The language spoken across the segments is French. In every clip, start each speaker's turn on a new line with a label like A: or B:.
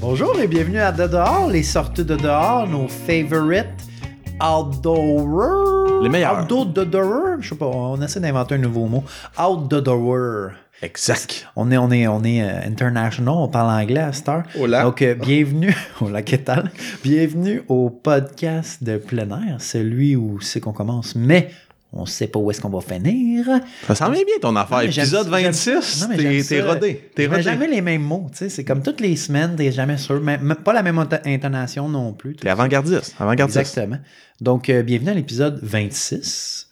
A: Bonjour et bienvenue à De Dehors, les sorties de dehors, nos favorites outdoorers.
B: Les meilleurs.
A: Outdoor de dehors, je sais pas, on essaie d'inventer un nouveau mot. Outdoor.
B: Exact.
A: On est, on est, on est euh, international, on parle anglais à cette heure.
B: Hola.
A: Donc, euh, bienvenue, hola, que tal? Bienvenue au podcast de plein air, celui où c'est qu'on commence, mais on sait pas où est-ce qu'on va finir.
B: Ça s'en vient bien ton affaire.
A: Non, mais j'aime-
B: Épisode
A: j'aime-
B: 26,
A: Non, mais
B: t'es
A: j'aime
B: t'es
A: ça.
B: rodé. T'es
A: Mais
B: rodé.
A: jamais les mêmes mots, tu sais. C'est comme toutes les semaines, t'es jamais sûr. Même, même pas la même int- intonation non plus.
B: T'es avant-gardiste. Avant-gardiste.
A: Exactement. Donc, euh, bienvenue à l'épisode 26.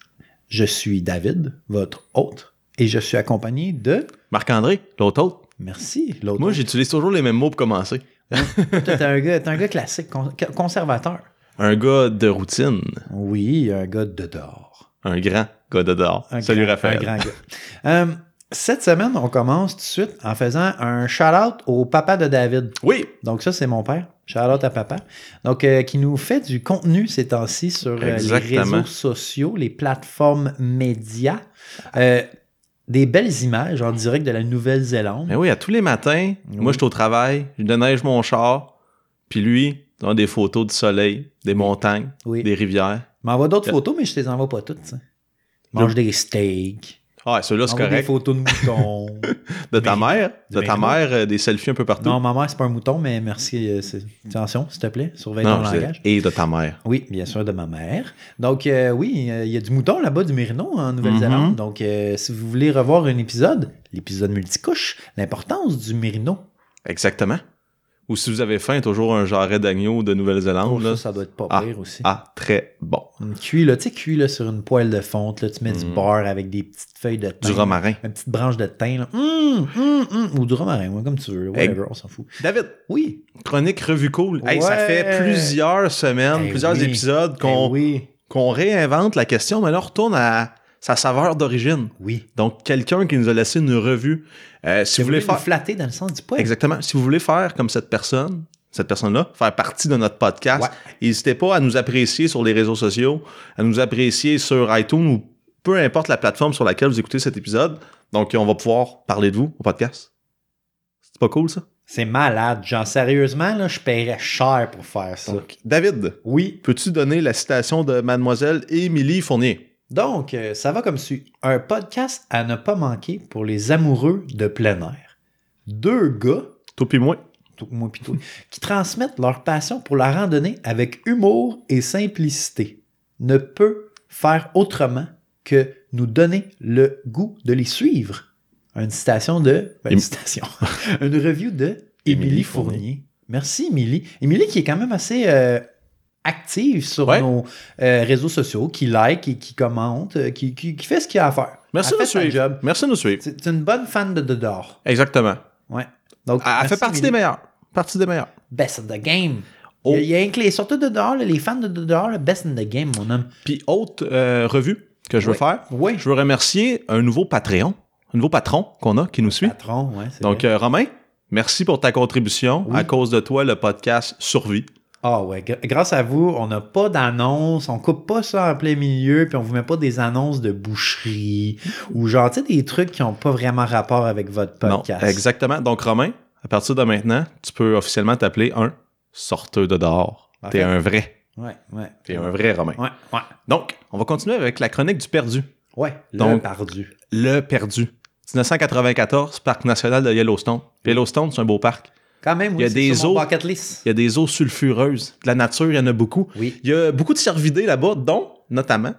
A: Je suis David, votre hôte, et je suis accompagné de.
B: Marc-André, l'autre autre.
A: Merci, l'autre.
B: Moi, j'utilise toujours les mêmes mots pour commencer.
A: hôte. Toi, T'es un, gars- t'es un gars classique, con- conservateur.
B: Un gars de routine.
A: Oui, un gars de dehors.
B: Un grand gars de dehors.
A: Un
B: Salut
A: grand-
B: Raphaël.
A: Un grand gars. Euh, cette semaine, on commence tout de suite en faisant un shout-out au papa de David.
B: Oui,
A: Donc ça, c'est mon père, Charlotte à papa, donc euh, qui nous fait du contenu ces temps-ci sur euh, les
B: Exactement.
A: réseaux sociaux, les plateformes médias. Euh, des belles images en direct de la Nouvelle-Zélande.
B: Ben oui, à tous les matins, moi, je suis au travail, je déneige mon char, puis lui, dans des photos du soleil, des montagnes,
A: Oui.
B: des rivières.
A: M'envoie d'autres
B: Yeah.
A: photos, mais je te les envoie pas toutes. ça. Mange des steaks.
B: Ah, ceux-là, c'est
A: Envoie des
B: correct.
A: photos de moutons.
B: De ta
A: Mais-
B: mère, de
A: mais
B: ta
A: non.
B: mère, euh, des selfies un peu partout.
A: non, ma mère, c'est pas un mouton, mais merci. euh, c'est- Attention, s'il te plaît, surveille ton
B: Non, je dis-
A: langage.
B: et de ta mère.
A: Oui, bien sûr, de ma mère. Donc, euh, oui, euh, il y a du mouton là-bas, du mérino en Nouvelle-Zélande.
B: Mhm.
A: Donc, euh, si vous voulez revoir un épisode, l'épisode multicouche, l'importance du mérino,
B: Exactement. Ou si vous avez faim, toujours un jarret d'agneau de Nouvelle-Zélande.
A: Oh,
B: là.
A: ça, ça doit être pas
B: Ah,
A: pire aussi.
B: Ah, très bon.
A: Une cuit, là, tu sais, cuit là, sur une poêle de fonte, là, tu mets du
B: Mhm.
A: beurre avec des petites feuilles de thym.
B: Du romarin.
A: Une petite branche de thym, là. Hum, hum, hum. ou du romarin, ouais, comme tu veux, whatever, on s'en fout.
B: David,
A: Oui,
B: chronique revue cool. Hey, ça
A: Ouais.
B: fait plusieurs semaines,
A: Eh
B: plusieurs
A: oui.
B: épisodes
A: Eh
B: qu'on
A: oui,
B: qu'on réinvente la question, mais là, on retourne à sa saveur d'origine.
A: oui.
B: Donc, quelqu'un qui nous a laissé une revue. Euh, si vous voulez
A: nous
B: faire.
A: flatter dans le sens du poil.
B: Exactement. Si vous voulez faire comme cette personne, cette personne-là, faire partie de notre podcast, n'hésitez pas à nous apprécier sur les réseaux sociaux, à nous apprécier sur iTunes ou peu importe la plateforme sur laquelle vous écoutez cet épisode. Donc, on va pouvoir parler de vous au podcast. C'est pas cool, ça?
A: C'est malade, genre, sérieusement, là, je paierais cher pour faire ça.
B: Donc, David,
A: Oui,
B: peux-tu donner la citation de Mademoiselle Émilie Fournier?
A: Donc, euh, ça va comme suit. Un podcast à ne pas manquer pour les amoureux de plein air. Deux gars,
B: Toi pis moi.
A: tout- moi pis toi, qui transmettent leur passion pour la randonnée avec humour et simplicité. Ne peut faire autrement que nous donner le goût de les suivre. Une citation de... ben, une
B: Émi-
A: citation. une review de
B: Émilie
A: Émilie
B: Fournier.
A: Fournier. Merci, Émilie. Émilie qui est quand même assez... euh, active sur
B: Ouais.
A: nos euh, réseaux sociaux, qui like et qui commente, euh, qui, qui- qui fait ce qu'il a à faire.
B: Merci
A: Elle
B: de nous
A: fait sa
B: suivre.
A: job.
B: Merci de nous suivre.
A: C'est c'est une bonne fan de Dodor.
B: Exactement.
A: Ouais. Donc,
B: Elle- Elle
A: merci,
B: fait partie des
A: Émilie.
B: meilleurs. Partie des meilleurs.
A: Best of the game.
B: Oh.
A: Il y a rien que les sorties de dehors, là, les fans de dehors, le best in the game, mon homme.
B: Puis, autre euh, revue que je veux
A: Ouais.
B: faire,
A: Oui.
B: je veux remercier un nouveau Patreon, un nouveau patron qu'on a qui nous suit.
A: Patron, ouais. c'est
B: Donc,
A: vrai.
B: euh, Romain, merci pour ta contribution.
A: Oui.
B: À cause de toi, le podcast survit.
A: Ah ouais, gr- grâce à vous, on n'a pas d'annonce, on coupe pas ça en plein milieu, puis on vous met pas des annonces de boucherie ou genre, tu sais, des trucs qui n'ont pas vraiment rapport avec votre podcast.
B: Non, exactement. Donc, Romain, à partir de maintenant, tu peux officiellement t'appeler un sorteur de dehors.
A: Parfait.
B: T'es un vrai.
A: Ouais, ouais.
B: T'es un vrai, Romain.
A: Ouais, ouais.
B: Donc, on va continuer avec la chronique du perdu.
A: Ouais, le
B: Donc-
A: pardu.
B: Le perdu. 1994, parc national de Yellowstone. Yellowstone, c'est un beau parc.
A: Quand même, oui,
B: Il y a
A: c'est
B: des
A: sur mon
B: eaux-
A: bucket list.
B: Il y a des eaux sulfureuses. De la nature, il y en a beaucoup.
A: Oui.
B: Il y a beaucoup de cervidés là-bas, dont, notamment,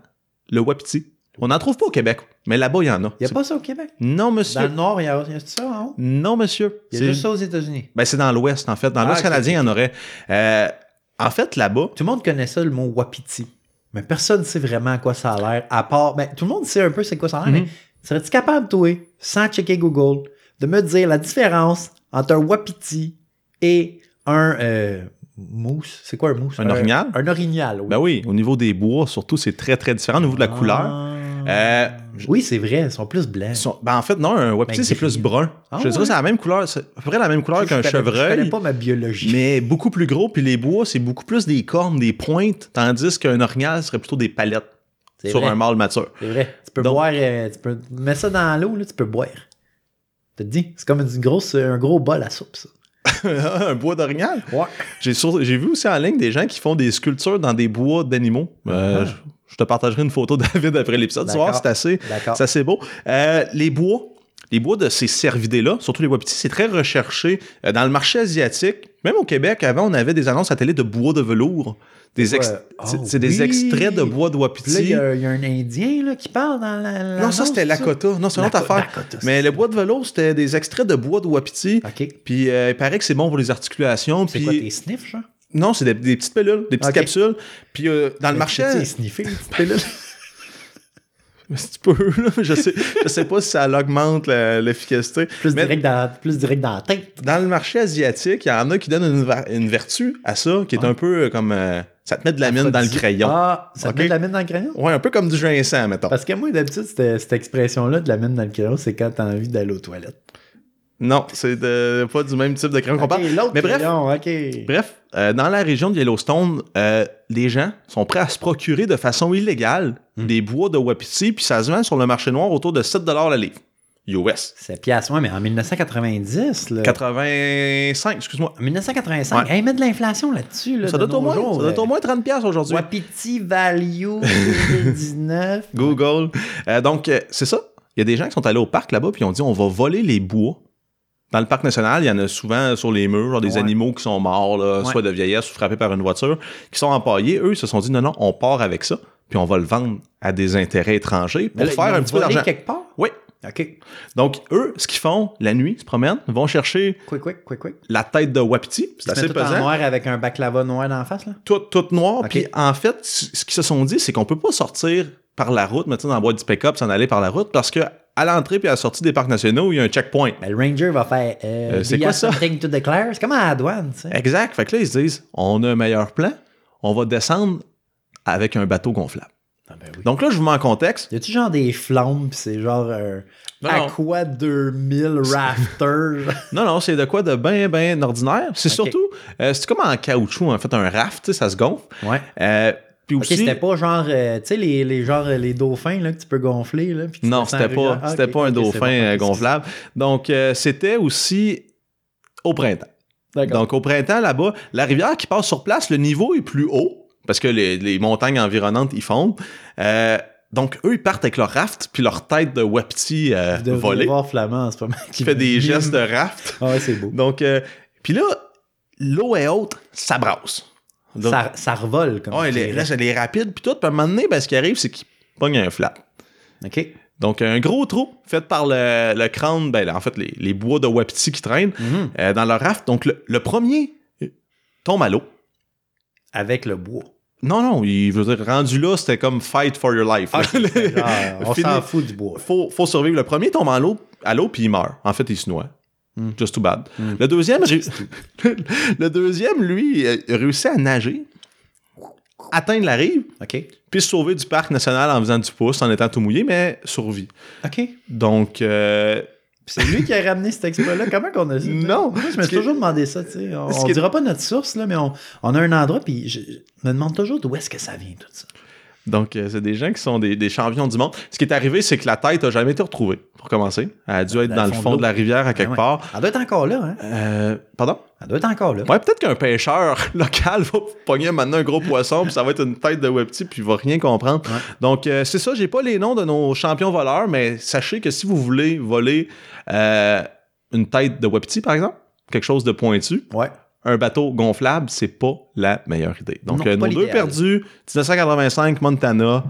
B: le wapiti. On n'en trouve pas au Québec, mais là-bas, il y en a.
A: Il n'y a
B: C'est-
A: pas ça au Québec.
B: Non,
A: Dans
B: monsieur.
A: le Nord, il y a, il y a ça en haut.
B: Non, monsieur.
A: Il y a
B: C'est-
A: juste ça aux États-Unis.
B: Ben, c'est dans l'Ouest, en fait. Dans
A: Ah,
B: l'Ouest
A: ok,
B: canadien, il y en aurait. Euh, en fait, là-bas,
A: Tout le monde connaît ça, le mot wapiti. Mais personne ne sait vraiment à quoi ça a l'air, à part. Ben, tout le monde sait un peu c'est quoi ça a l'air,
B: Mhm.
A: mais serais-tu capable, toi, sans checker Google, de me dire la différence entre un wapiti et un euh, mousse C'est quoi un mousse
B: Un orignal?
A: Un orignal, oui.
B: ben oui, au niveau des bois, surtout, c'est très, très différent au niveau de la
A: Ah.
B: couleur. Euh,
A: Oui, c'est vrai, ils sont plus blancs.
B: ils sont- ben, en fait, non, un wapiti,
A: Ben,
B: c'est
A: gris.
B: plus brun.
A: Ah,
B: je te dirais,
A: ouais?
B: c'est la même couleur, c'est à peu près la même couleur
A: Je
B: qu'un
A: connais- Je connais
B: chevreuil,
A: pas ma biologie.
B: mais beaucoup plus gros. Puis les bois, c'est beaucoup plus des cornes, des pointes, tandis qu'un orignal serait plutôt des palettes
A: C'est
B: sur
A: vrai.
B: un mâle mature.
A: C'est vrai. Tu peux
B: Donc-
A: boire, euh, tu peux mettre ça dans l'eau, là, tu peux boire. Tu te dis, c'est comme une grosse, un gros bol à soupe, ça.
B: un bois d'orignal.
A: Ouais.
B: J'ai sur- j'ai vu aussi en ligne des gens qui font des sculptures dans des bois d'animaux. Euh,
A: Ah.
B: je, je te partagerai une photo, David, après l'épisode. Tu vas voir,
A: D'accord.
B: c'est assez,
A: D'accord.
B: c'est assez beau. Euh, les bois, les bois de ces cervidés-là, surtout les bois petits, c'est très recherché euh, dans le marché asiatique. Même au Québec, avant, on avait des annonces à télé de bois de velours. Des ex-
A: Ouais. Oh,
B: c'est c'est des
A: oui.
B: extraits de bois de bois
A: Puis là, il
B: petits.
A: y, a- il y a un Indien là, qui parle dans la.
B: Non, ça, c'était Lakota. Non, c'est une autre
A: Lako-
B: affaire.
A: Lakota, Ah, c'est
B: Mais le bois de velours, c'était des extraits de bois de wapiti.
A: OK.
B: Puis euh, il paraît que c'est bon pour les articulations.
A: C'est
B: puis-
A: quoi tes sniffs, genre?
B: Non, c'est des, des petites pellules, des petites
A: Ok.
B: capsules. Puis euh, dans le marché.
A: Tu sais, sniffer, les petites
B: pellules. Mais si tu peux, là, je sais, je sais pas si ça augmente la- l'efficacité.
A: plus,
B: Mais
A: direct dans, plus direct dans la tête.
B: dans le marché asiatique, il y en a qui donnent une, ver- une vertu à ça, qui est un peu euh, comme. euh, ça te met de la mine dans le crayon.
A: Ah, ça
B: Ok.
A: te met de la mine dans le crayon?
B: Ouais, un peu comme du ginseng, mettons.
A: Parce que moi, d'habitude, c'était- cette expression-là de la mine dans le crayon, c'est quand t'as envie d'aller aux toilettes.
B: Non, c'est de- pas du même type de crayon qu'on
A: Ok,
B: parle.
A: l'autre
B: Mais bref,
A: crayon, ok.
B: Bref, euh, dans la région de Yellowstone, euh, les gens sont prêts à se procurer de façon illégale
A: Mm.
B: des bois de wapiti, puis ça se vend sur le marché noir autour de 7 la livre. US.
A: C'est pièce, ouais, mais en 1990,
B: Euh.
A: là.
B: 85, excuse-moi.
A: En 1985,
B: Ouais.
A: hey, met de l'inflation là-dessus. Là,
B: Ça
A: de
B: doit, au
A: nos
B: moins,
A: jours,
B: ça doit
A: euh,
B: au moins 30$ piastres aujourd'hui.
A: Wapiti Value 2019.
B: Google. Euh, donc, euh, c'est ça. Il y a des gens qui sont allés au parc là-bas, puis ils ont dit on va voler les bois. Dans le parc national, il y en a souvent sur les murs, genre des
A: Ouais.
B: animaux qui sont morts, là,
A: Ouais.
B: soit de vieillesse ou frappés par une voiture, qui sont empaillés. Eux, ils se sont dit non, non, on part avec ça, puis on va le vendre à des intérêts étrangers pour
A: Mais là,
B: faire
A: ils
B: un
A: l'ont
B: petit peu
A: volé
B: d'argent.
A: quelque part?
B: Oui.
A: OK.
B: Donc, eux, ce qu'ils font, la nuit, ils se promènent, vont chercher
A: Quick, quick, quick, quick.
B: la tête de Wapiti. C'est
A: Tu mets
B: assez
A: tout en
B: pesant.
A: noir avec un baklava noir dans la face, là?
B: tout, tout noir.
A: Ok.
B: Puis en fait, ce ce qu'ils se sont dit, c'est qu'on peut pas sortir par la route, maintenant dans la boîte du pick-up, s'en aller par la route, parce que à l'entrée puis à la sortie des parcs nationaux, il y a un checkpoint.
A: Ben, le ranger va faire... euh,
B: Euh,
A: do
B: c'est
A: you
B: quoi
A: have
B: ça?
A: something to declare? C'est comme à la douane, tu sais.
B: Exact. Fait que là, ils se disent, on a un meilleur plan, on va descendre avec un bateau gonflable.
A: Ah, ben oui.
B: Donc là, je vous mets en contexte.
A: Y a-tu genre des flammes, pis c'est genre un
B: Non, non.
A: Aqua 2000 Rafter? genre?
B: Non, non, c'est de quoi de bien, bien ordinaire. C'est
A: Ok.
B: surtout, euh, c'est comme en caoutchouc, en fait, un raft, tu sais, ça se gonfle.
A: ouais.
B: Euh, puis
A: Ok,
B: aussi,
A: c'était pas genre, euh, tu sais, les, les, genre, euh, les dauphins là, que tu peux gonfler. Là, puis tu
B: Non,
A: te sens
B: c'était
A: rire.
B: pas,
A: Ah,
B: c'était
A: ok,
B: pas un
A: ok, c'est
B: dauphin
A: bon.
B: euh, gonflable. Donc, euh, c'était aussi au printemps.
A: D'accord.
B: Donc, au printemps, là-bas, la rivière qui passe sur place, le niveau est plus haut parce que les, les montagnes environnantes y fondent. Euh, donc, eux, ils partent avec leur raft puis leur tête de wapiti euh,
A: Vous devriez
B: volée
A: voir Flamand en ce moment.
B: qui fait des gestes de raft.
A: Ah ouais, c'est beau.
B: Donc, euh, puis là, l'eau est haute, ça brasse. Donc,
A: ça, ça revole comme
B: ouais,
A: je
B: les-
A: dirais.
B: là, c'est les rapides puis tout. Puis à un moment donné, ben, ce qui arrive, c'est qu'ils pognent un flap.
A: OK.
B: Donc, un gros trou fait par le, le crâne, ben, en fait, les, les bois de wapiti qui traînent
A: Mhm.
B: euh, dans leur raft. Donc, le, le premier tombe à l'eau.
A: Avec le bois.
B: Non, non, il veut dire, rendu là, c'était comme fight for your life.
A: Ah, c'est genre, on
B: Fini.
A: s'en fout du bois.
B: faut, faut survivre. Le premier tombe en l'eau, à l'eau, puis il meurt. En fait, il se noie.
A: Mm.
B: Just too bad.
A: Mm.
B: Le deuxième, ré- le deuxième, lui, euh, réussit à nager, atteindre la rive,
A: OK.
B: puis se sauver du parc national en faisant du pouce, en étant tout mouillé, mais survit.
A: OK. Puis
B: Donc, euh,
A: c'est lui qui a ramené cet exploit-là. Comment qu'on a su?
B: Non.
A: Moi, je me
B: Ce
A: suis
B: qui-
A: toujours demandé ça, tu sais. On,
B: Ce
A: on
B: qui-
A: dira pas notre source, là, mais on, on a un endroit, puis je, je me demande toujours d'où est-ce que ça vient, tout ça.
B: Donc, euh, c'est des gens qui sont des, des champions du monde. Ce qui est arrivé, c'est que la tête n'a jamais été retrouvée, pour commencer. Elle a dû être dans, le fond de, la rivière à quelque
A: ouais.
B: part.
A: Elle doit être encore là, hein?
B: Euh, pardon?
A: Elle doit être encore là.
B: Ouais, peut-être qu'un pêcheur local va pogner maintenant un gros poisson, puis ça va être une tête de webty, puis il va rien comprendre.
A: Ouais.
B: Donc, euh, c'est ça, j'ai pas les noms de nos champions voleurs, mais sachez que si vous voulez voler euh, une tête de webty, par exemple, quelque chose de pointu,
A: Ouais.
B: un bateau gonflable, c'est pas la meilleure idée. Donc,
A: Non,
B: euh,
A: pas
B: nos deux
A: l'idéal.
B: perdus, 1985, Montana,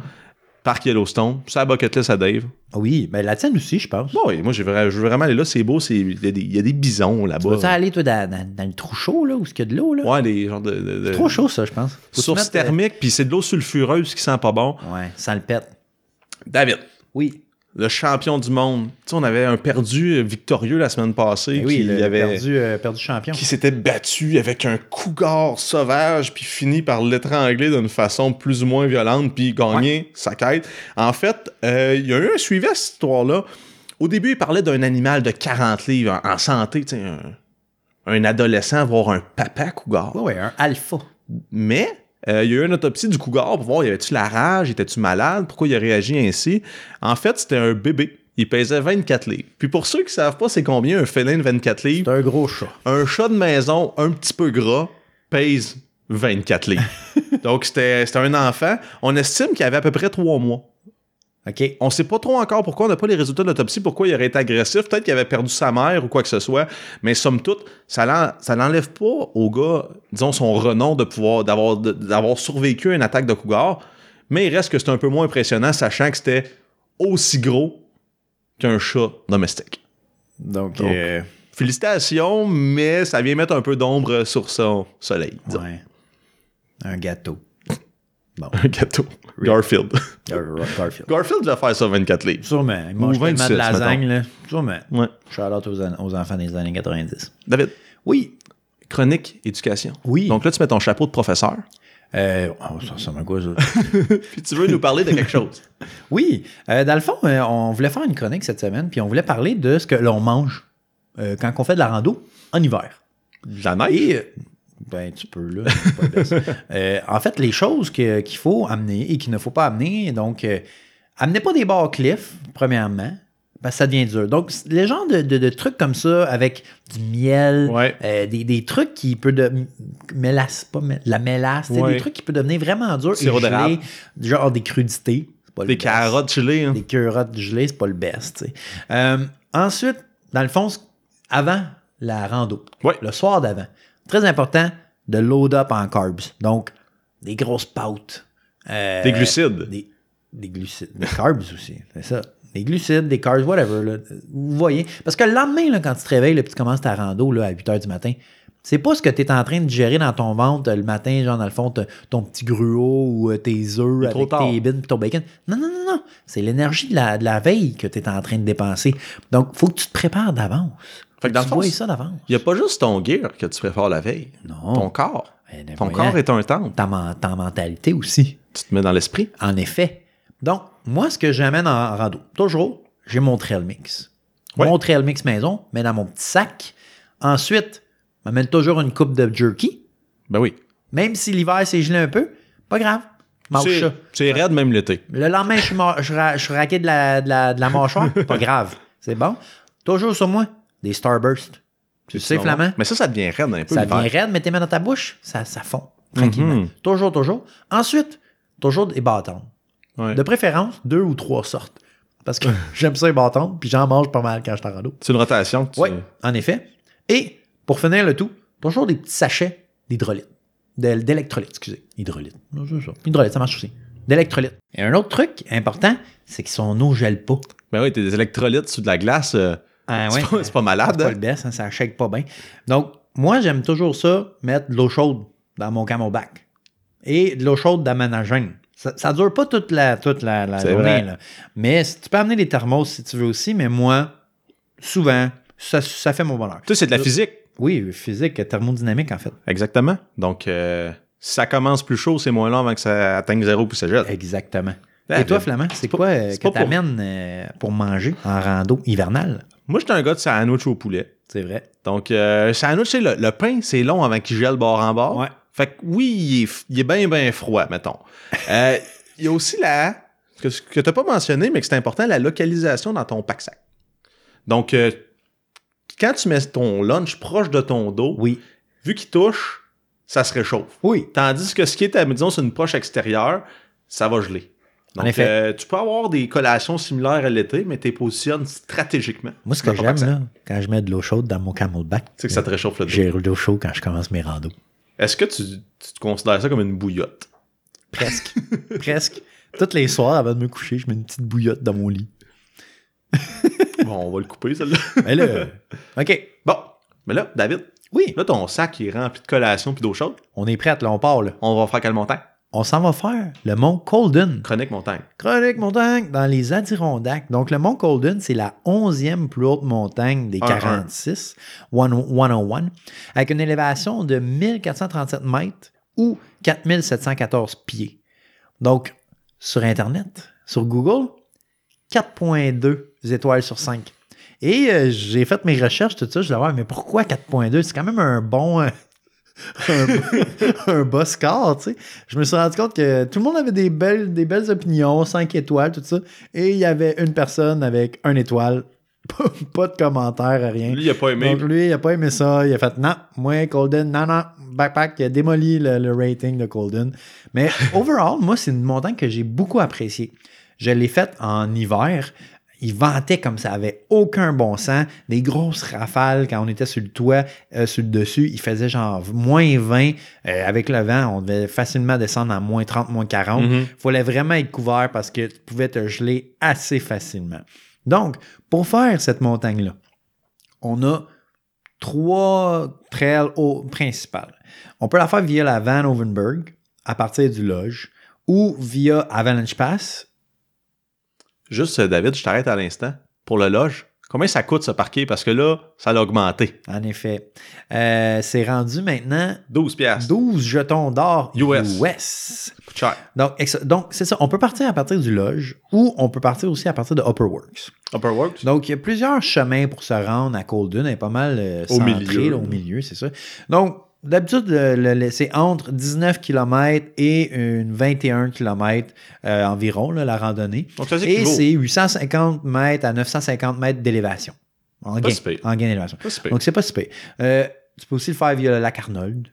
B: Parc Yellowstone, ça bucket list à Dave.
A: Ah Oui, mais la tienne aussi, je pense.
B: Bon, oui, moi, j'ai vra- je veux vraiment aller là, c'est beau, c'est- il y, a des- il y a des bisons
A: Tu vas-tu
B: là-bas.
A: aller, toi, dans, dans- dans le trou chaud, là, où il y a de l'eau, là?
B: Ouais, des genres de. de- de-
A: Trop chaud, ça, je pense. Faut-tu
B: source
A: mettre, euh,
B: thermique, puis c'est de l'eau sulfureuse qui sent pas bon.
A: Ouais, ça le pète.
B: David,
A: Oui.
B: le champion du monde. Tu sais, on avait un perdu euh, victorieux la semaine passée.
A: Eh oui,
B: qui
A: le
B: avait...
A: perdu, euh, perdu champion.
B: qui s'était battu avec un cougar sauvage, puis fini par l'étrangler d'une façon plus ou moins violente, puis gagner sa quête. En fait, euh, il y a eu un suivi à cette histoire-là. Au début, il parlait d'un animal de 40 livres en, en santé, tu sais, un, un adolescent, voire un papa cougar.
A: Ouais, ouais, un alpha.
B: Mais euh, il y a eu une autopsie du cougar pour voir, y avait-tu la rage, était-tu malade, pourquoi il a réagi ainsi. En fait, c'était un bébé Il pesait 24 livres. Puis pour ceux qui savent pas c'est combien un félin de 24
A: C'est
B: livres,
A: un gros chat.
B: un chat de maison un petit peu gras pèse 24 livres. Donc c'était c'était un enfant. On estime qu'il avait à peu près trois mois.
A: OK.
B: On sait pas trop encore pourquoi on n'a pas les résultats de l'autopsie, pourquoi il aurait été agressif, peut-être qu'il avait perdu sa mère ou quoi que ce soit, mais somme toute, ça l'en- ça n'enlève pas au gars, disons, son renom de pouvoir d'avoir de- d'avoir survécu à une attaque de cougar, mais il reste que c'est un peu moins impressionnant, sachant que c'était aussi gros qu'un chat domestique.
A: Donc,
B: Donc,
A: euh,
B: Félicitations, mais ça vient mettre un peu d'ombre sur son soleil. disons.
A: ouais. un gâteau.
B: Un gâteau. Garfield.
A: Gar- Garfield.
B: Garfield va faire ça 24 livres.
A: Sûrement. Il mange
B: Ou 26,
A: tellement de lasagne, là. Sûrement.
B: Ouais.
A: Charlotte aux, an- aux enfants des années 90.
B: David,
A: Oui.
B: chronique éducation.
A: Oui.
B: Donc là, tu mets ton chapeau de professeur.
A: Euh, oh, ça, ça m'a quoi, ça?
B: Puis tu veux nous parler de quelque chose.
A: Oui, euh, dans le fond, euh, on voulait faire une chronique cette semaine, puis on voulait parler de ce que l'on mange euh, quand on fait de la rando en hiver.
B: La neige.
A: Et, euh, ben, tu peux, là. c'est pas le best. Euh, en fait, les choses que- qu'il faut amener et qu'il ne faut pas amener, donc, euh, amenez pas des barres cliff, premièrement, parce que ça devient dur. Donc, c- les genres de, de- de trucs comme ça, avec du miel,
B: Ouais.
A: euh, des, des trucs qui peut de mélasse, pas mé- la mélasse, tu sais,
B: Ouais.
A: des trucs qui peut devenir vraiment dur.
B: Sirop d'érable.
A: Genre des crudités. c'est pas le
B: Des
A: best.
B: carottes chillées. hein.
A: Des curottes gelées, c'est pas le best. tu sais. Euh, ensuite, dans le fond, c- avant la rando,
B: Ouais.
A: le soir d'avant, très important de load up en carbs. Donc, des grosses pâtes. euh,
B: Des glucides.
A: Des, des glucides. Des carbs aussi, c'est ça. Des glucides, des carbs, whatever. là. Vous voyez. Parce que le lendemain, là, quand tu te réveilles, là, puis tu commences ta rando là, à 8 h du matin, c'est pas ce que tu es en train de gérer dans ton ventre euh, le matin, genre dans le fond, t- ton petit gruau ou euh, tes œufs
B: trop
A: avec
B: tard.
A: tes bines et ton bacon. Non, non, non, non. C'est l'énergie de la, de la veille que tu es en train de dépenser. Donc, faut que tu te prépares d'avance.
B: Fait que dans
A: tu
B: le fond,
A: vois
B: c'est-
A: ça d'avance.
B: Il n'y a pas juste ton gear que tu prépares la veille.
A: Non.
B: Ton corps.
A: Eh, ben,
B: Ton
A: voyons.
B: corps est un temple.
A: Ta, men- ta mentalité aussi.
B: Tu te mets dans l'esprit.
A: En effet. Donc, moi, ce que j'amène en rando, toujours, j'ai mon trail mix.
B: Ouais.
A: Mon trail mix maison, mais dans mon petit sac. Ensuite, je m'amène toujours une coupe de jerky.
B: Ben oui.
A: Même si l'hiver, c'est gelé un peu, pas grave. Mange
B: C'est-
A: ça.
B: C'est raide même l'été.
A: Le lendemain, je suis, mor- je ra- je suis raqué de la, de, la, de la mâchoire. Pas grave. C'est bon. Toujours sur moi, des Starburst. Tu sais,
B: Sinon,
A: Flamand?
B: Mais ça, ça devient raide un peu.
A: Ça
B: l'hiver.
A: devient raide, mais tes mains dans ta bouche, ça, ça fond. Tranquillement.
B: Mhm.
A: Toujours, toujours. Ensuite, toujours des bâtons.
B: Ouais.
A: De préférence, deux ou trois sortes. Parce que j'aime ça les bâtons, puis j'en mange pas mal quand je suis en rando.
B: C'est une rotation. que tu-
A: Oui, en effet. Et pour finir le tout, toujours des petits sachets d'hydrolyte. D'é- D'électrolyte, excusez. Hydrolyte. Non, c'est ça. Hydrolyte, ça marche aussi. D'électrolyte. Et un autre truc important, c'est que son eau gèle pas.
B: Ben oui, t'as des électrolytes sous de la glace. euh,
A: Ah
B: c'est
A: ouais.
B: pas, c'est pas
A: C'est
B: malade.
A: pas
B: hein.
A: le best, hein, ça shake pas bien. Donc, moi, j'aime toujours ça, mettre de l'eau chaude dans mon camelback. Et de l'eau chaude dans ma nagine. Ça, ça dure pas toute la, toute la, la
B: C'est
A: journée.
B: vrai.
A: là. Mais si- tu peux amener des thermos si tu veux aussi, mais moi, souvent, ça, ça fait mon bonheur.
B: Tu sais, c'est de la physique.
A: Oui, physique, thermodynamique en fait.
B: Exactement. Donc, euh, si ça commence plus chaud, c'est moins long avant que ça atteigne zéro puis ça gèle.
A: Exactement.
B: Ah,
A: Et toi,
B: ben,
A: Flamand, c'est
B: pas-
A: quoi euh,
B: c'est
A: que
B: pas pour-
A: t'amènes euh, pour manger en rando hivernale?
B: Moi, j'étais un gars de sandwich au poulet.
A: C'est vrai.
B: Donc, euh, sandwich, c'est le, le pain, c'est long avant qu'il gèle bord en bord.
A: Ouais.
B: Fait que oui, il est, f- il est bien, bien froid, mettons. Euh, Il y a aussi la. que, que t'as pas mentionné, mais que c'est important, la localisation dans ton pack-sac. Donc, euh, quand tu mets ton lunch proche de ton dos,
A: Oui.
B: vu qu'il touche, ça se réchauffe.
A: Oui.
B: Tandis que ce qui est, à, disons, sur une poche extérieure, ça va geler.
A: En
B: Donc,
A: effet.
B: euh, tu peux avoir des collations similaires à l'été, mais tu les positionnes stratégiquement.
A: Moi, ce
B: dans
A: que
B: ton
A: j'aime,
B: pack-sac.
A: là, quand je mets de l'eau chaude dans mon camelback,
B: c'est que ça te réchauffe le dos.
A: j'ai de l'eau chaude quand je commence mes randos.
B: Est-ce que tu, tu te considères ça comme une bouillotte?
A: Presque. Presque. Toutes les soirs, avant de me coucher, je mets une petite bouillotte dans mon lit.
B: Bon, on va le couper, celle-là.
A: Mais là, OK.
B: Bon, mais là, David,
A: Oui,
B: là, ton sac, il est rempli de collations puis d'eau chaude.
A: on est prête, là, on part, là.
B: On va faire quelle montagne?
A: On s'en va faire le mont Colden.
B: Chronique montagne.
A: Chronique montagne dans les Adirondacks. Donc, le mont Colden, c'est la 11e plus haute montagne des
B: Un, un.
A: 46, 101, avec une élévation de 1437 mètres ou 4714 pieds. Donc, sur Internet, sur Google, 4.2 étoiles sur 5. Et euh, j'ai fait mes recherches, tout ça, je voulais voir, mais pourquoi 4.2? C'est quand même un bon... euh, un, un bas score, tu sais. Je me suis rendu compte que tout le monde avait des belles, des belles opinions, 5 étoiles, tout ça. Et il y avait une personne avec une étoile. Pas, pas de commentaire, rien.
B: Lui, il a pas aimé.
A: Donc lui, il a pas aimé ça. Il a fait non, moi, Colden, non, non, backpack, il a démoli le, le rating de Colden. Mais overall, moi, c'est une montagne que j'ai beaucoup appréciée. Je l'ai faite en hiver. Il ventait comme ça avait aucun bon sens. Des grosses rafales quand on était sur le toit, euh, sur le dessus. Il faisait genre moins 20. Euh, avec le vent, on devait facilement descendre à moins 30, moins 40.
B: Mhm.
A: fallait vraiment être couvert parce que tu pouvais te geler assez facilement. Donc, pour faire cette montagne-là, on a trois trails au- principales. On peut la faire via la Van Ovenberg à partir du Lodge ou via Avalanche Pass
B: Juste, euh, David, je t'arrête à l'instant. Pour le loge, combien ça coûte ce parquet? Parce que là, ça l'a augmenté.
A: En effet. Euh, c'est rendu maintenant
B: 12 piastres.
A: 12 jetons d'or
B: US. Coûte cher.
A: Donc, ex- donc, c'est ça. On peut partir à partir du Lodge ou on peut partir aussi à partir de Upperworks.
B: Upperworks?
A: Donc, il y a plusieurs chemins pour se rendre à Colden. Elle est pas mal euh,
B: Au
A: centrée,
B: milieu.
A: là, au milieu, c'est ça. Donc, d'habitude, le- le- le- c'est entre 19 km et une 21 km environ, là, la randonnée.
B: Donc, ça, c'est
A: Et
B: équivaut.
A: c'est 850 mètres à 950 mètres d'élévation. En
B: Pas
A: gain,
B: si pire.
A: en gain d'élévation.
B: Pas si pire.
A: Donc, c'est pas si pire. Euh, tu peux aussi le faire via le lac Arnold.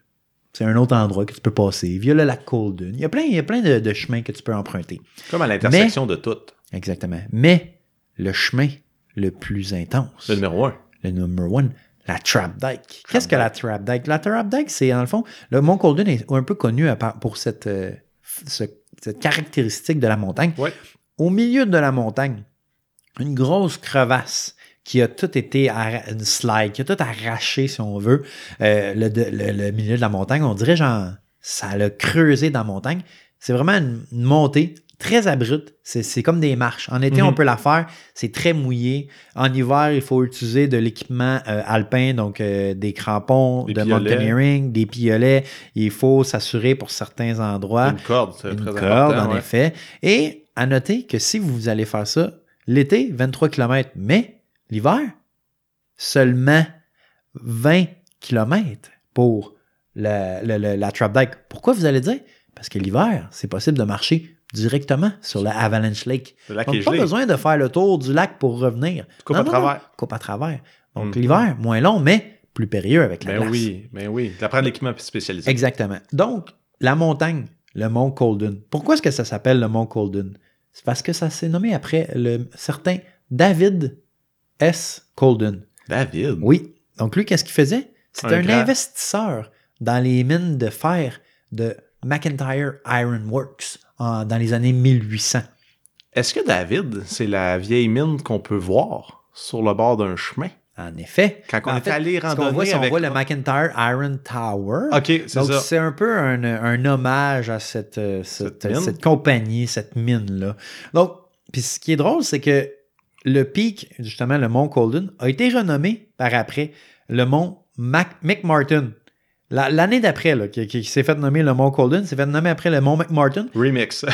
A: C'est un autre endroit que tu peux passer, via le lac Colden. Il y a plein, il y a plein de, de chemins que tu peux emprunter.
B: Comme à l'intersection de toutes.
A: Exactement. Mais le chemin le plus intense,
B: Le numéro 1.
A: le number one, la Trap Dike. Qu'est-ce que la Trap Dike? La Trap Dike, c'est dans le fond, le Mont Colden est un peu connu à part- pour cette, euh, ce- cette caractéristique de la montagne.
B: Ouais.
A: Au milieu de la montagne, une grosse crevasse qui a tout été, arra- une slide, qui a tout arraché, si on veut, euh, le, de- le- le milieu de la montagne. On dirait genre, ça l'a creusé dans la montagne. C'est vraiment une, une montée très abrupte. C'est c'est comme des marches. En été,
B: Mhm.
A: on peut la faire. C'est très mouillé. En hiver, il faut utiliser de l'équipement euh, alpin, donc euh, des crampons,
B: Des
A: de
B: piolets.
A: mountaineering, des piolets. Il faut s'assurer pour certains endroits
B: Une corde,
A: Ah.
B: c'est euh,
A: une
B: très
A: corde,
B: important.
A: en
B: ouais.
A: effet. Et à noter que si vous allez faire ça, l'été, 23 km, mais l'hiver, seulement 20 km pour la, la- la- la trap dike. Pourquoi vous allez dire? Parce que l'hiver, c'est possible de marcher directement sur la Avalanche Lake.
B: Le lac est
A: Donc, pas
B: gelé.
A: besoin de faire le tour du lac pour revenir.
B: Tu coupes
A: Non,
B: à
A: non, non,
B: travers.
A: coupe à travers.
B: Mhm.
A: Donc, l'hiver, moins long, mais plus périlleux avec la
B: Ben
A: glace.
B: oui, ben oui. Tu apprends de l'équipement spécialisé.
A: Exactement. Donc, la montagne, le mont Colden. Pourquoi est-ce que ça s'appelle le mont Colden? C'est parce que ça s'est nommé après le certain David S. Colden.
B: David.
A: Oui. Donc, lui, qu'est-ce qu'il faisait? C'était
B: Un
A: un,
B: grand.
A: investisseur dans les mines de fer de McIntyre Iron Works en- dans les années 1800.
B: Est-ce que David, c'est la vieille mine qu'on peut voir sur le bord d'un chemin?
A: En effet,
B: Quand on
A: en
B: est
A: fait,
B: allé
A: ce qu'on
B: randonner
A: voit, c'est qu'on
B: avec...
A: voit le McIntyre Iron Tower.
B: OK, c'est
A: Donc,
B: ça.
A: c'est un peu un, un hommage à cette, euh, cette,
B: Cette mine.
A: cette compagnie, cette mine-là. Donc, puis ce qui est drôle, c'est que le pic, justement, le mont Colden, a été renommé par après le mont Mac- McMartin. La- L'année d'après, là, qui, qui s'est fait nommer le mont Colden, s'est fait nommer après le mont McMartin.
B: Remix.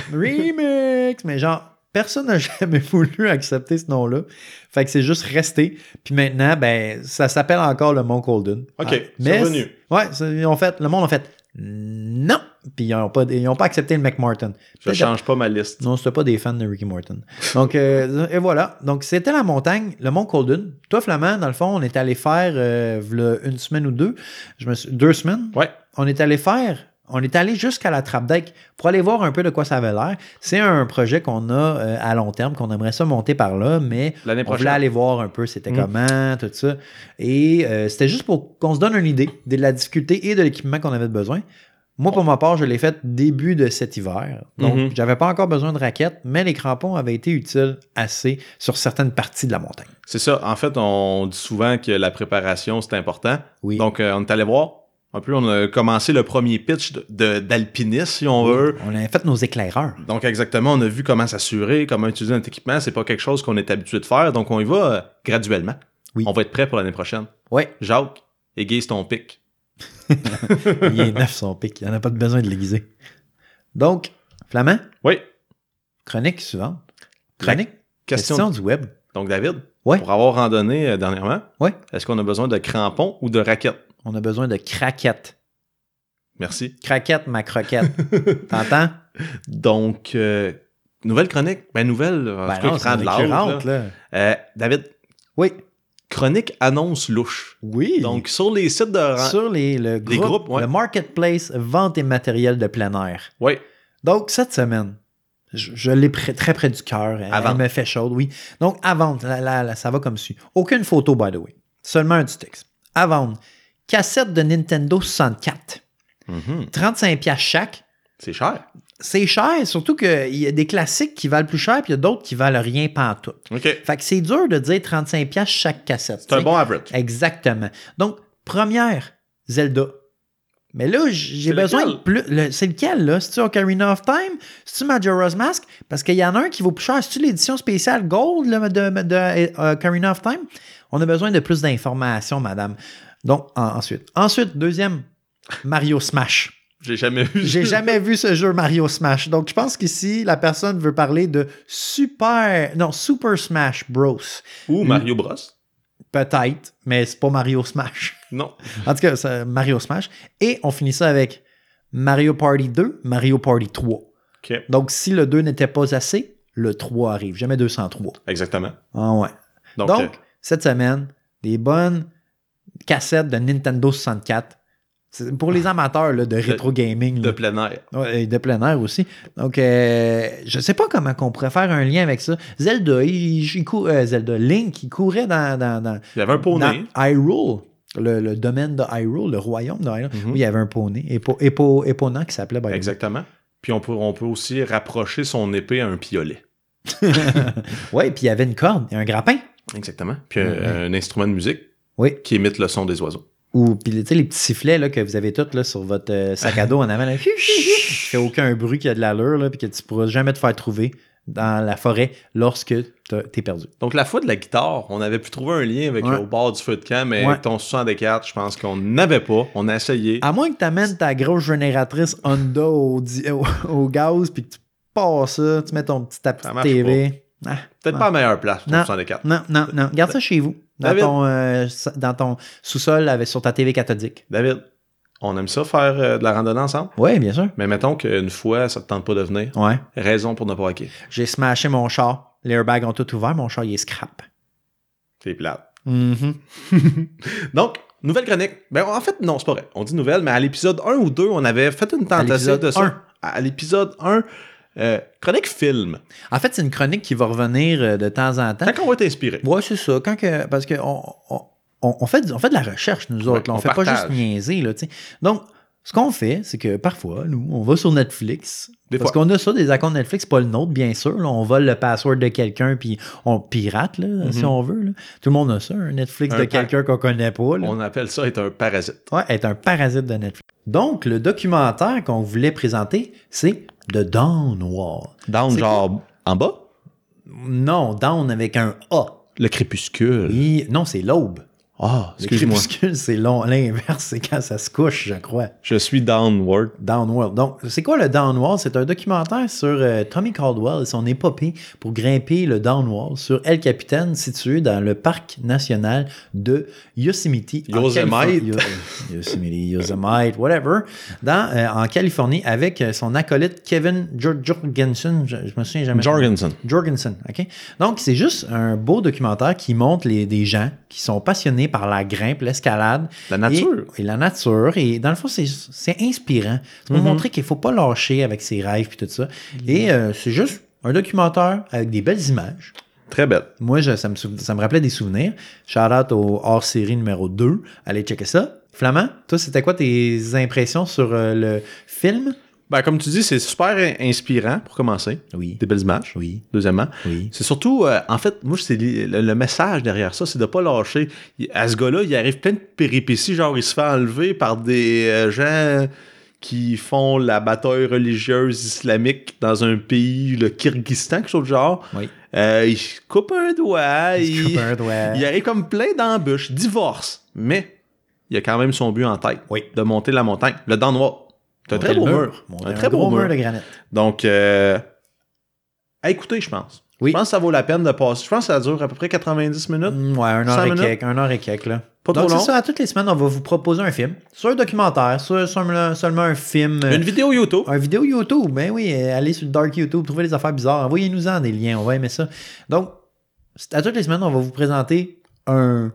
A: Remix! Mais genre, personne n'a jamais voulu accepter ce nom-là. Fait que c'est juste resté. Puis maintenant, ben, ça s'appelle encore le Mont Colden.
B: OK,
A: Ah,
B: c'est
A: mais
B: revenu.
A: Ouais, c'est- ils ont fait, le monde a fait non! Puis ils n'ont pas, ils ont pas accepté le McMartin.
B: Je
A: Peut-être-
B: change pas ma liste.
A: non, c'était pas des fans de Ricky Morton. Donc, euh, et voilà. Donc, c'était la montagne, le mont Colden. Toi, Flamand, dans le fond, on est allé faire euh, v'là une semaine ou deux. Je me suis- deux semaines.
B: Ouais.
A: On est allé faire. On est allé jusqu'à la trappe deck pour aller voir un peu de quoi ça avait l'air. C'est un projet qu'on a euh, à long terme, qu'on aimerait ça monter par là, mais
B: L'année
A: on voulait
B: prochaine.
A: aller voir un peu c'était
B: Mm.
A: comment, tout ça. Et euh, c'était juste pour qu'on se donne une idée de la difficulté et de l'équipement qu'on avait besoin. Moi, pour ma part, je l'ai fait début de cet hiver. Donc,
B: Mhm.
A: j'avais pas encore besoin de raquettes, mais les crampons avaient été utiles assez sur certaines parties de la montagne.
B: C'est ça. En fait, on dit souvent que la préparation, c'est important.
A: Oui.
B: Donc, euh, on est allé voir. Un peu, on a commencé le premier pitch de- de- d'alpiniste, si on veut.
A: on avait fait nos éclaireurs.
B: Donc, exactement, on a vu comment s'assurer, comment utiliser notre équipement. C'est pas quelque chose qu'on est habitué de faire. Donc, on y va euh, graduellement.
A: Oui.
B: On va être prêt pour l'année prochaine.
A: Ouais.
B: Jacques, aiguise ton pic.
A: Il est neuf son pic. Il n'y en a pas de besoin de l'aiguiser. Donc, Flamand,
B: Oui.
A: chronique suivante.
B: La
A: Chronique,
B: Question.
A: question du web.
B: Donc, David,
A: Ouais.
B: pour avoir randonné euh, dernièrement,
A: Ouais.
B: est-ce qu'on a besoin de crampons ou de raquettes?
A: On a besoin de craquettes.
B: Merci.
A: Craquette, ma croquette. T'entends?
B: Donc, euh, nouvelle chronique. Ben, nouvelle, en
A: Ben
B: tout cas,
A: non,
B: qui prend
A: c'est
B: de
A: une
B: l'âge,
A: récurrente,
B: là.
A: là.
B: Euh, David,
A: Oui.
B: chronique annonce louche.
A: Oui.
B: Donc, sur les sites de...
A: sur les, le groupe,
B: groupes, ouais.
A: le marketplace vente et matériel de plein air.
B: Oui,
A: Donc, cette semaine, je, je l'ai près- très près du cœur. Elle,
B: À
A: elle
B: vendre.
A: me fait chaude, oui. Donc, à vendre, là, là, là, ça va comme suit. Aucune photo, by the way. Seulement un petit texte. À vendre, cassette de Nintendo 64. Mm-hmm.
B: Mhm.
A: 35 piastres chaque.
B: c'est cher.
A: C'est cher, surtout qu'il y a des classiques qui valent plus cher, puis il y a d'autres qui valent rien pantoute.
B: OK. C'est
A: Fait que c'est dur de dire 35 piastres chaque cassette. tu
B: un
A: sais.
B: bon average.
A: Exactement. Donc, première, Zelda. Mais là, j- j'ai
B: C'est
A: besoin
B: lequel?
A: de plus. le- c'est lequel, là? C'est-tu Ocarina of Time? C'est-tu Majora's Mask? Parce qu'il y en a un qui vaut plus cher. C'est-tu l'édition spéciale Gold là, de, de, euh, Ocarina of Time? On a besoin de plus d'informations, madame. Donc, en- ensuite. Ensuite, deuxième, Mario Smash.
B: J'ai jamais vu.
A: J'ai jamais vu ce jeu Mario Smash. Donc, je pense qu'ici, la personne veut parler de Super. Non, Super Smash Bros.
B: Ou Mario Bros.
A: Peut-être, mais c'est pas Mario Smash.
B: Non.
A: En tout cas, ça, Mario Smash. Et on finit ça avec Mario Party 2, Mario Party 3.
B: OK.
A: Donc, si le 2 n'était pas assez, le 3 arrive. Jamais 203.
B: Exactement.
A: Ah ouais.
B: Donc,
A: Donc,
B: euh,
A: cette semaine, des bonnes cassettes de Nintendo 64. C'est Pour les amateurs là, de rétro gaming.
B: de
A: là.
B: plein air.
A: Ouais, et de plein air aussi. Donc, euh, je sais pas comment qu'on pourrait faire un lien avec ça. Zelda, il, il cou- euh, Zelda Link, il courait dans- dans- dans,
B: Il y avait un poney.
A: dans Hyrule, le, le domaine de Hyrule, le royaume de Hyrule,
B: Mhm.
A: où il y avait un poney, Epo- Epo- Epona qui s'appelait. by the way.
B: Exactement. Puis on peut, on peut aussi rapprocher son épée à un piolet.
A: ouais, puis il y avait une corde et un grappin.
B: Exactement. Puis un, un instrument de musique
A: Mm-hmm. Oui.
B: qui imite le son des oiseaux.
A: Ou, puis tu sais, les petits sifflets là, que vous avez tous là, sur votre euh, sac à dos en avant, là, qui fait aucun bruit qui a de l'allure, là, puis que tu pourras jamais te faire trouver dans la forêt lorsque t'as- t'es perdu.
B: Donc, la fois de la guitare, on avait pu trouver un lien avec
A: Ouais.
B: euh, au bord du feu de camp, mais
A: Ouais. Ah.
B: avec ton 64, je pense qu'on n'avait pas. On a essayé.
A: À moins que tu amènes ta grosse génératrice Honda au, di- au, au gaz, puis que tu passes ça, tu mets ton petit ta petite
B: marche
A: TV. Ah,
B: Peut-être pas la meilleure place pour ton
A: Non.
B: 64.
A: Non, non, non. Garde ça chez vous. Dans
B: David.
A: ton, euh, s- dans ton sous-sol avec, sur ta TV cathodique.
B: David, on aime ça faire euh, de la randonnée ensemble,
A: Oui, bien sûr.
B: mais mettons qu'une fois, ça te tente pas de venir.
A: Ouais.
B: Raison pour ne pas hacker.
A: J'ai smashé mon char. Les airbags ont tout ouvert. Mon char, il est scrap.
B: C'est plate.
A: Mhm.
B: Donc, nouvelle chronique. Ben, en fait, non, c'est pas vrai. On dit nouvelle, mais à l'épisode 1 ou 2, on avait fait une tentative
A: l'épisode
B: de ça.
A: un.
B: À l'épisode 1, euh, chronique film.
A: En fait, c'est une chronique qui va revenir euh, de temps en temps.
B: Quand on va être inspiré.
A: Ouais, c'est ça. Quand que, parce que on, on- on- on fait, du- on fait de la recherche, nous autres. là.
B: Ouais,
A: on,
B: on
A: fait pas
B: partage.
A: juste niaiser. Là, tu sais. Donc, ce qu'on fait, c'est que parfois, nous, on va sur Netflix.
B: Des
A: parce
B: fois.
A: qu'on a ça, des accounts Netflix, pas le nôtre, bien sûr. là. on vole le password de quelqu'un, puis on pirate, là, si on veut. là. Tout le monde a ça, Mm-hmm. un Netflix
B: Un
A: de
B: par-
A: quelqu'un qu'on connaît pas. là.
B: On appelle ça être un parasite.
A: Ouais, être un parasite de Netflix. Donc, le documentaire qu'on voulait présenter, c'est The Dawn War.
B: Down,
A: C'est
B: genre, en bas,
A: Non, Dawn avec un A.
B: le crépuscule.
A: Oui, non, c'est l'aube.
B: Ah,
A: Le
B: excuse-moi.
A: crépuscule, c'est long. L'inverse, c'est quand ça se couche, je crois.
B: Je suis downward.
A: Downworld. Donc, c'est quoi le Downworld? C'est un documentaire sur euh, Tommy Caldwell et son épopée pour grimper le Downworld sur El Capitan, situé dans le parc national de Yosemite. en
B: Yosemite.
A: Californie. Yo- Yosemite, Yosemite, whatever. Dans, euh, en Californie, avec euh, son acolyte Kevin Jor- Jorgensen. Je, je me souviens jamais.
B: Jorgensen.
A: Jorgensen, OK? Donc, c'est juste un beau documentaire qui montre les, des gens qui sont passionnés par la grimpe, l'escalade.
B: La nature.
A: Et, et la nature. Et dans le fond, c'est- c'est inspirant. C'est pour montrer qu'il ne faut pas lâcher avec ses rêves et tout ça. Et euh, c'est juste un documentaire avec des belles images.
B: Très belle.
A: Moi, je- ça, me sou- ça me rappelait des souvenirs. Shout-out au hors-série numéro 2. Allez checker ça. Flamand, toi, c'était quoi tes impressions sur euh, le film?
B: Ben, comme tu dis, c'est super in- inspirant pour commencer.
A: Oui.
B: Des belles images.
A: Oui.
B: Deuxièmement,
A: Oui.
B: c'est surtout, euh, en fait, moi, c'est li- le, le message derrière ça, c'est de pas lâcher. Il- À ce gars-là, il arrive plein de péripéties, genre il se fait enlever par des euh, gens qui font la bataille religieuse islamique dans un pays, le Kyrgyzstan, quelque chose de genre.
A: Oui.
B: Euh, il se coupe un doigt, il,
A: Coupe un doigt.
B: il arrive comme plein d'embûches, divorce, mais il a quand même son but en tête,
A: Oui.
B: de monter la montagne, le dent noir. C'est un
A: Monter
B: très
A: le
B: beau mur.
A: Monter
B: Un très beau
A: gros
B: mur.
A: de granit.
B: Donc, euh, à écouter, je pense.
A: Oui.
B: Je pense que ça vaut la peine de passer. Je pense que ça dure à peu près 90 minutes.
A: Mm, Ouais, un heure
B: 100
A: et
B: minutes.
A: quelques, un heure et quelques, là.
B: Pas
A: Donc,
B: trop
A: c'est
B: long.
A: ça, à toutes les semaines, on va vous proposer un film. Soit un documentaire, soit seulement, seulement un film. euh,
B: Une vidéo YouTube.
A: Un vidéo YouTube, ben oui, euh, allez sur le Dark YouTube, trouvez les affaires bizarres, envoyez-nous-en des liens, on va aimer ça. Donc, c'est- à toutes les semaines, on va vous présenter un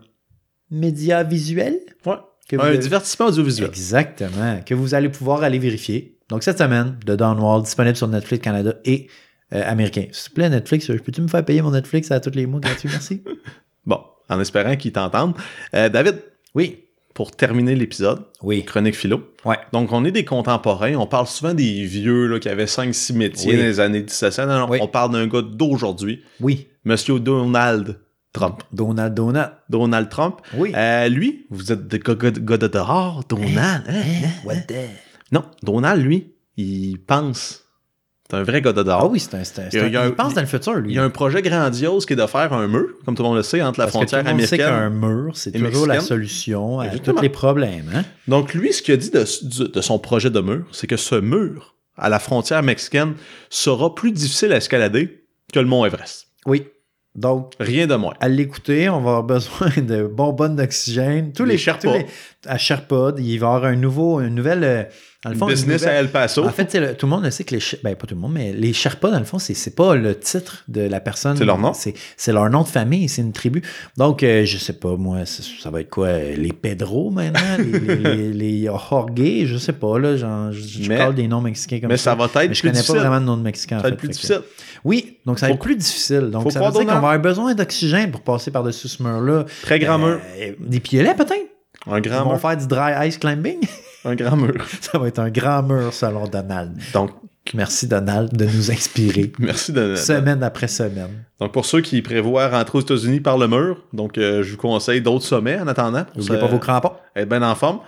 A: média visuel.
B: Ouais.
A: Que vous
B: Un
A: devez-
B: divertissement audiovisuel.
A: Exactement, que vous allez pouvoir aller vérifier. Donc, cette semaine, de Dawn Noir, disponible sur Netflix Canada et euh, américain. S'il te plaît, Netflix, euh, peux-tu me faire payer mon Netflix à tous les mois gratuit, merci?
B: Bon, en espérant qu'ils t'entendent. Euh, David,
A: Oui,
B: pour terminer l'épisode,
A: oui,
B: Chronique Philo.
A: ouais.
B: Donc, on est des contemporains. On parle souvent des vieux là, qui avaient 5-6 métiers
A: Oui.
B: dans les années 1700. Non, non,
A: Oui.
B: on parle d'un gars d'aujourd'hui,
A: Oui,
B: Monsieur Donald Trump.
A: Donald Donut,
B: Donald Trump.
A: oui.
B: Euh, lui, vous êtes des gars gars- gars de dehors, Donald. hein, hein.
A: Euh, What the-
B: Non, Donald, lui, il pense. C'est un vrai gars de dehors.
A: Ah oui, c'est un... c'est un- c'est
B: Il y a-
A: un-
B: il y a un-
A: il pense dans le futur, lui.
B: Il y a un projet grandiose qui est de faire un mur, comme tout le monde le sait, entre la
A: Parce que
B: frontière
A: tout le monde sait
B: américaine.
A: qu'un mur, c'est
B: et
A: toujours la
B: mexicaine.
A: solution à
B: Exactement.
A: tous les problèmes. hein.
B: Donc, lui, ce qu'il a dit de, du- de son projet de mur, c'est que ce mur à la frontière mexicaine sera plus difficile à escalader que le mont Everest.
A: Oui. Donc,
B: Rien de moins.
A: à l'écouter, on va avoir besoin de bonbonnes d'oxygène. Tous
B: Les
A: les
B: Sherpas.
A: tous les- à Sherpod, il va y avoir un nouveau, une nouvelle. euh, dans le fond, une
B: Business à
A: nouvelle-
B: El Paso.
A: En fait, c'est le- tout le monde le sait que les Sher- ben, pas tout le monde, mais les Sherpas, dans le fond, c'est, c'est pas le titre de la personne.
B: C'est leur nom.
A: C'est, c'est leur nom de famille, c'est une tribu. Donc, euh, je sais pas, moi, c'est- ça va être quoi? euh, Les Pedro maintenant? les, les, les, les Jorge? Je sais pas, là. genre, je je
B: Mais-
A: parle des noms mexicains comme
B: mais
A: ça.
B: ça va être
A: Mais je
B: plus
A: connais
B: difficile.
A: pas vraiment de nom de Mexicain. en
B: ça va
A: fait,
B: être plus
A: fait que-
B: difficile.
A: Oui, donc ça va être
B: Faut-
A: plus difficile. Donc
B: faut
A: ça veut
B: croire
A: dire qu'on va
B: Donald.
A: avoir besoin d'oxygène pour passer par-dessus ce mur-là.
B: Très grand mur.
A: Euh, des piolets peut-être.
B: Un
A: Ils
B: grand
A: vont
B: mur.
A: faire du dry ice climbing.
B: Un grand mur.
A: ça va être un grand mur selon Donald.
B: Donc,
A: Merci Donald de nous inspirer
B: merci de.
A: semaine après semaine.
B: Donc, pour ceux qui prévoient rentrer aux États-Unis par le mur, donc euh, je vous conseille d'autres sommets en attendant. pour
A: N'oubliez
B: se-
A: pas vos crampons.
B: Être bien en forme.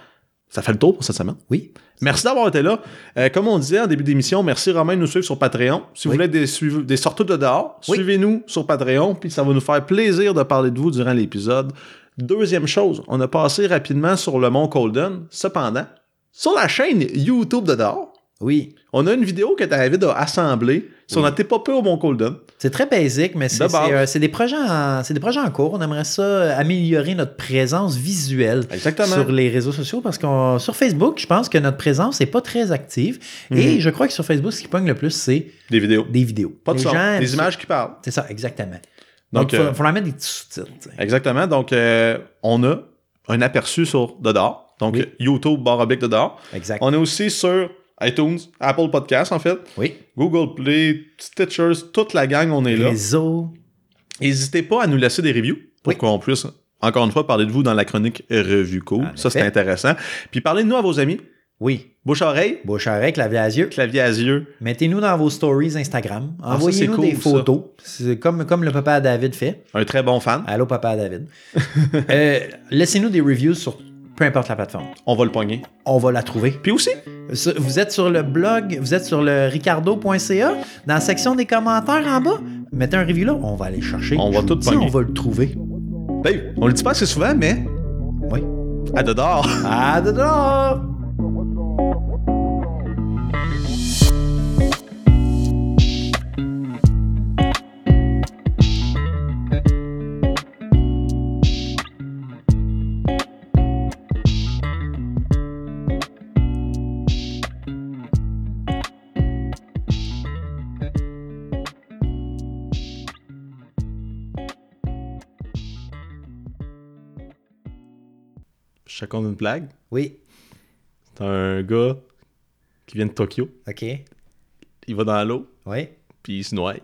B: Ça fait le tour pour cette semaine.
A: Oui.
B: Merci d'avoir été là. Euh, comme on disait en début d'émission, merci Romain de nous suivre sur Patreon. Si vous
A: Oui.
B: voulez des, suiv- des sorties de dehors,
A: Oui.
B: suivez-nous sur Patreon, puis ça va nous faire plaisir de parler de vous durant l'épisode. Deuxième chose, on a passé rapidement sur le Mont Colden. Cependant, sur la chaîne YouTube de dehors,
A: Oui.
B: on a une vidéo que David a assemblée sur
A: Oui.
B: notre Épopée au Mont Colden.
A: C'est très basique, mais c'est
B: De base.
A: c'est, euh, c'est des, projets en- c'est des projets en cours. On aimerait ça euh, améliorer notre présence visuelle
B: Exactement.
A: sur les réseaux sociaux parce qu'on sur Facebook, je pense que notre présence n'est pas très active. Et je crois que sur Facebook, ce qui pogne le plus, c'est
B: Des vidéos.
A: des vidéos.
B: Mhm. Pas de
A: Les
B: son.
A: gens aiment
B: Des
A: ça.
B: images qui parlent.
A: C'est ça, exactement. Donc,
B: Donc,
A: il faut,
B: euh,
A: faut leur mettre des petits sous-titres. tu sais.
B: Exactement. Donc, euh, on a un aperçu sur de dehors. Donc,
A: Oui.
B: YouTube, barre oblique de dehors.
A: Exact.
B: On est aussi sur iTunes, Apple Podcasts, en fait,
A: Oui.
B: Google Play, Stitchers, toute la gang, on est là.
A: Réseau.
B: N'hésitez pas à nous laisser des reviews pour
A: Oui.
B: qu'on puisse, encore une fois, parler de vous dans la chronique Revue Cool.
A: En
B: Ça, c'est
A: effet.
B: intéressant. Puis, parlez de nous à vos amis.
A: Oui.
B: Bouche à oreille,
A: Bouche à oreille, clavier à yeux.
B: clavier à yeux.
A: Mettez-nous dans vos stories Instagram.
B: Ah, ça, c'est
A: Envoyez-nous
B: cool,
A: des photos. C'est comme, comme le papa à David fait.
B: Un très bon fan.
A: Allô, papa à David. Euh, Laissez-nous des reviews sur peu importe la plateforme.
B: On va le pogner.
A: On va la trouver.
B: Puis aussi,
A: Sur- Vous êtes sur le blog, vous êtes sur le ricardo.ca. Dans la section des commentaires en bas, mettez un review là. On va aller le chercher.
B: On
A: Je
B: va
A: vous
B: tout
A: dis,
B: pogner.
A: On va le trouver.
B: ben, on le dit pas assez souvent, mais
A: Oui.
B: à de dehors.
A: À dedans!
B: Chacun une blague.
A: Oui.
B: C'est un gars qui vient de Tokyo.
A: OK.
B: Il va dans l'eau,
A: Oui.
B: puis il se noie.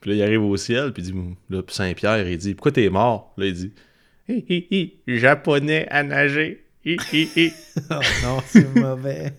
B: Puis là, il arrive au ciel, puis il dit, là, puis Saint-Pierre, il dit, pourquoi t'es mort? Là, il dit, hi, hi, hi, japonais à nager. Hi, hi, hi.
A: Oh non, c'est mauvais.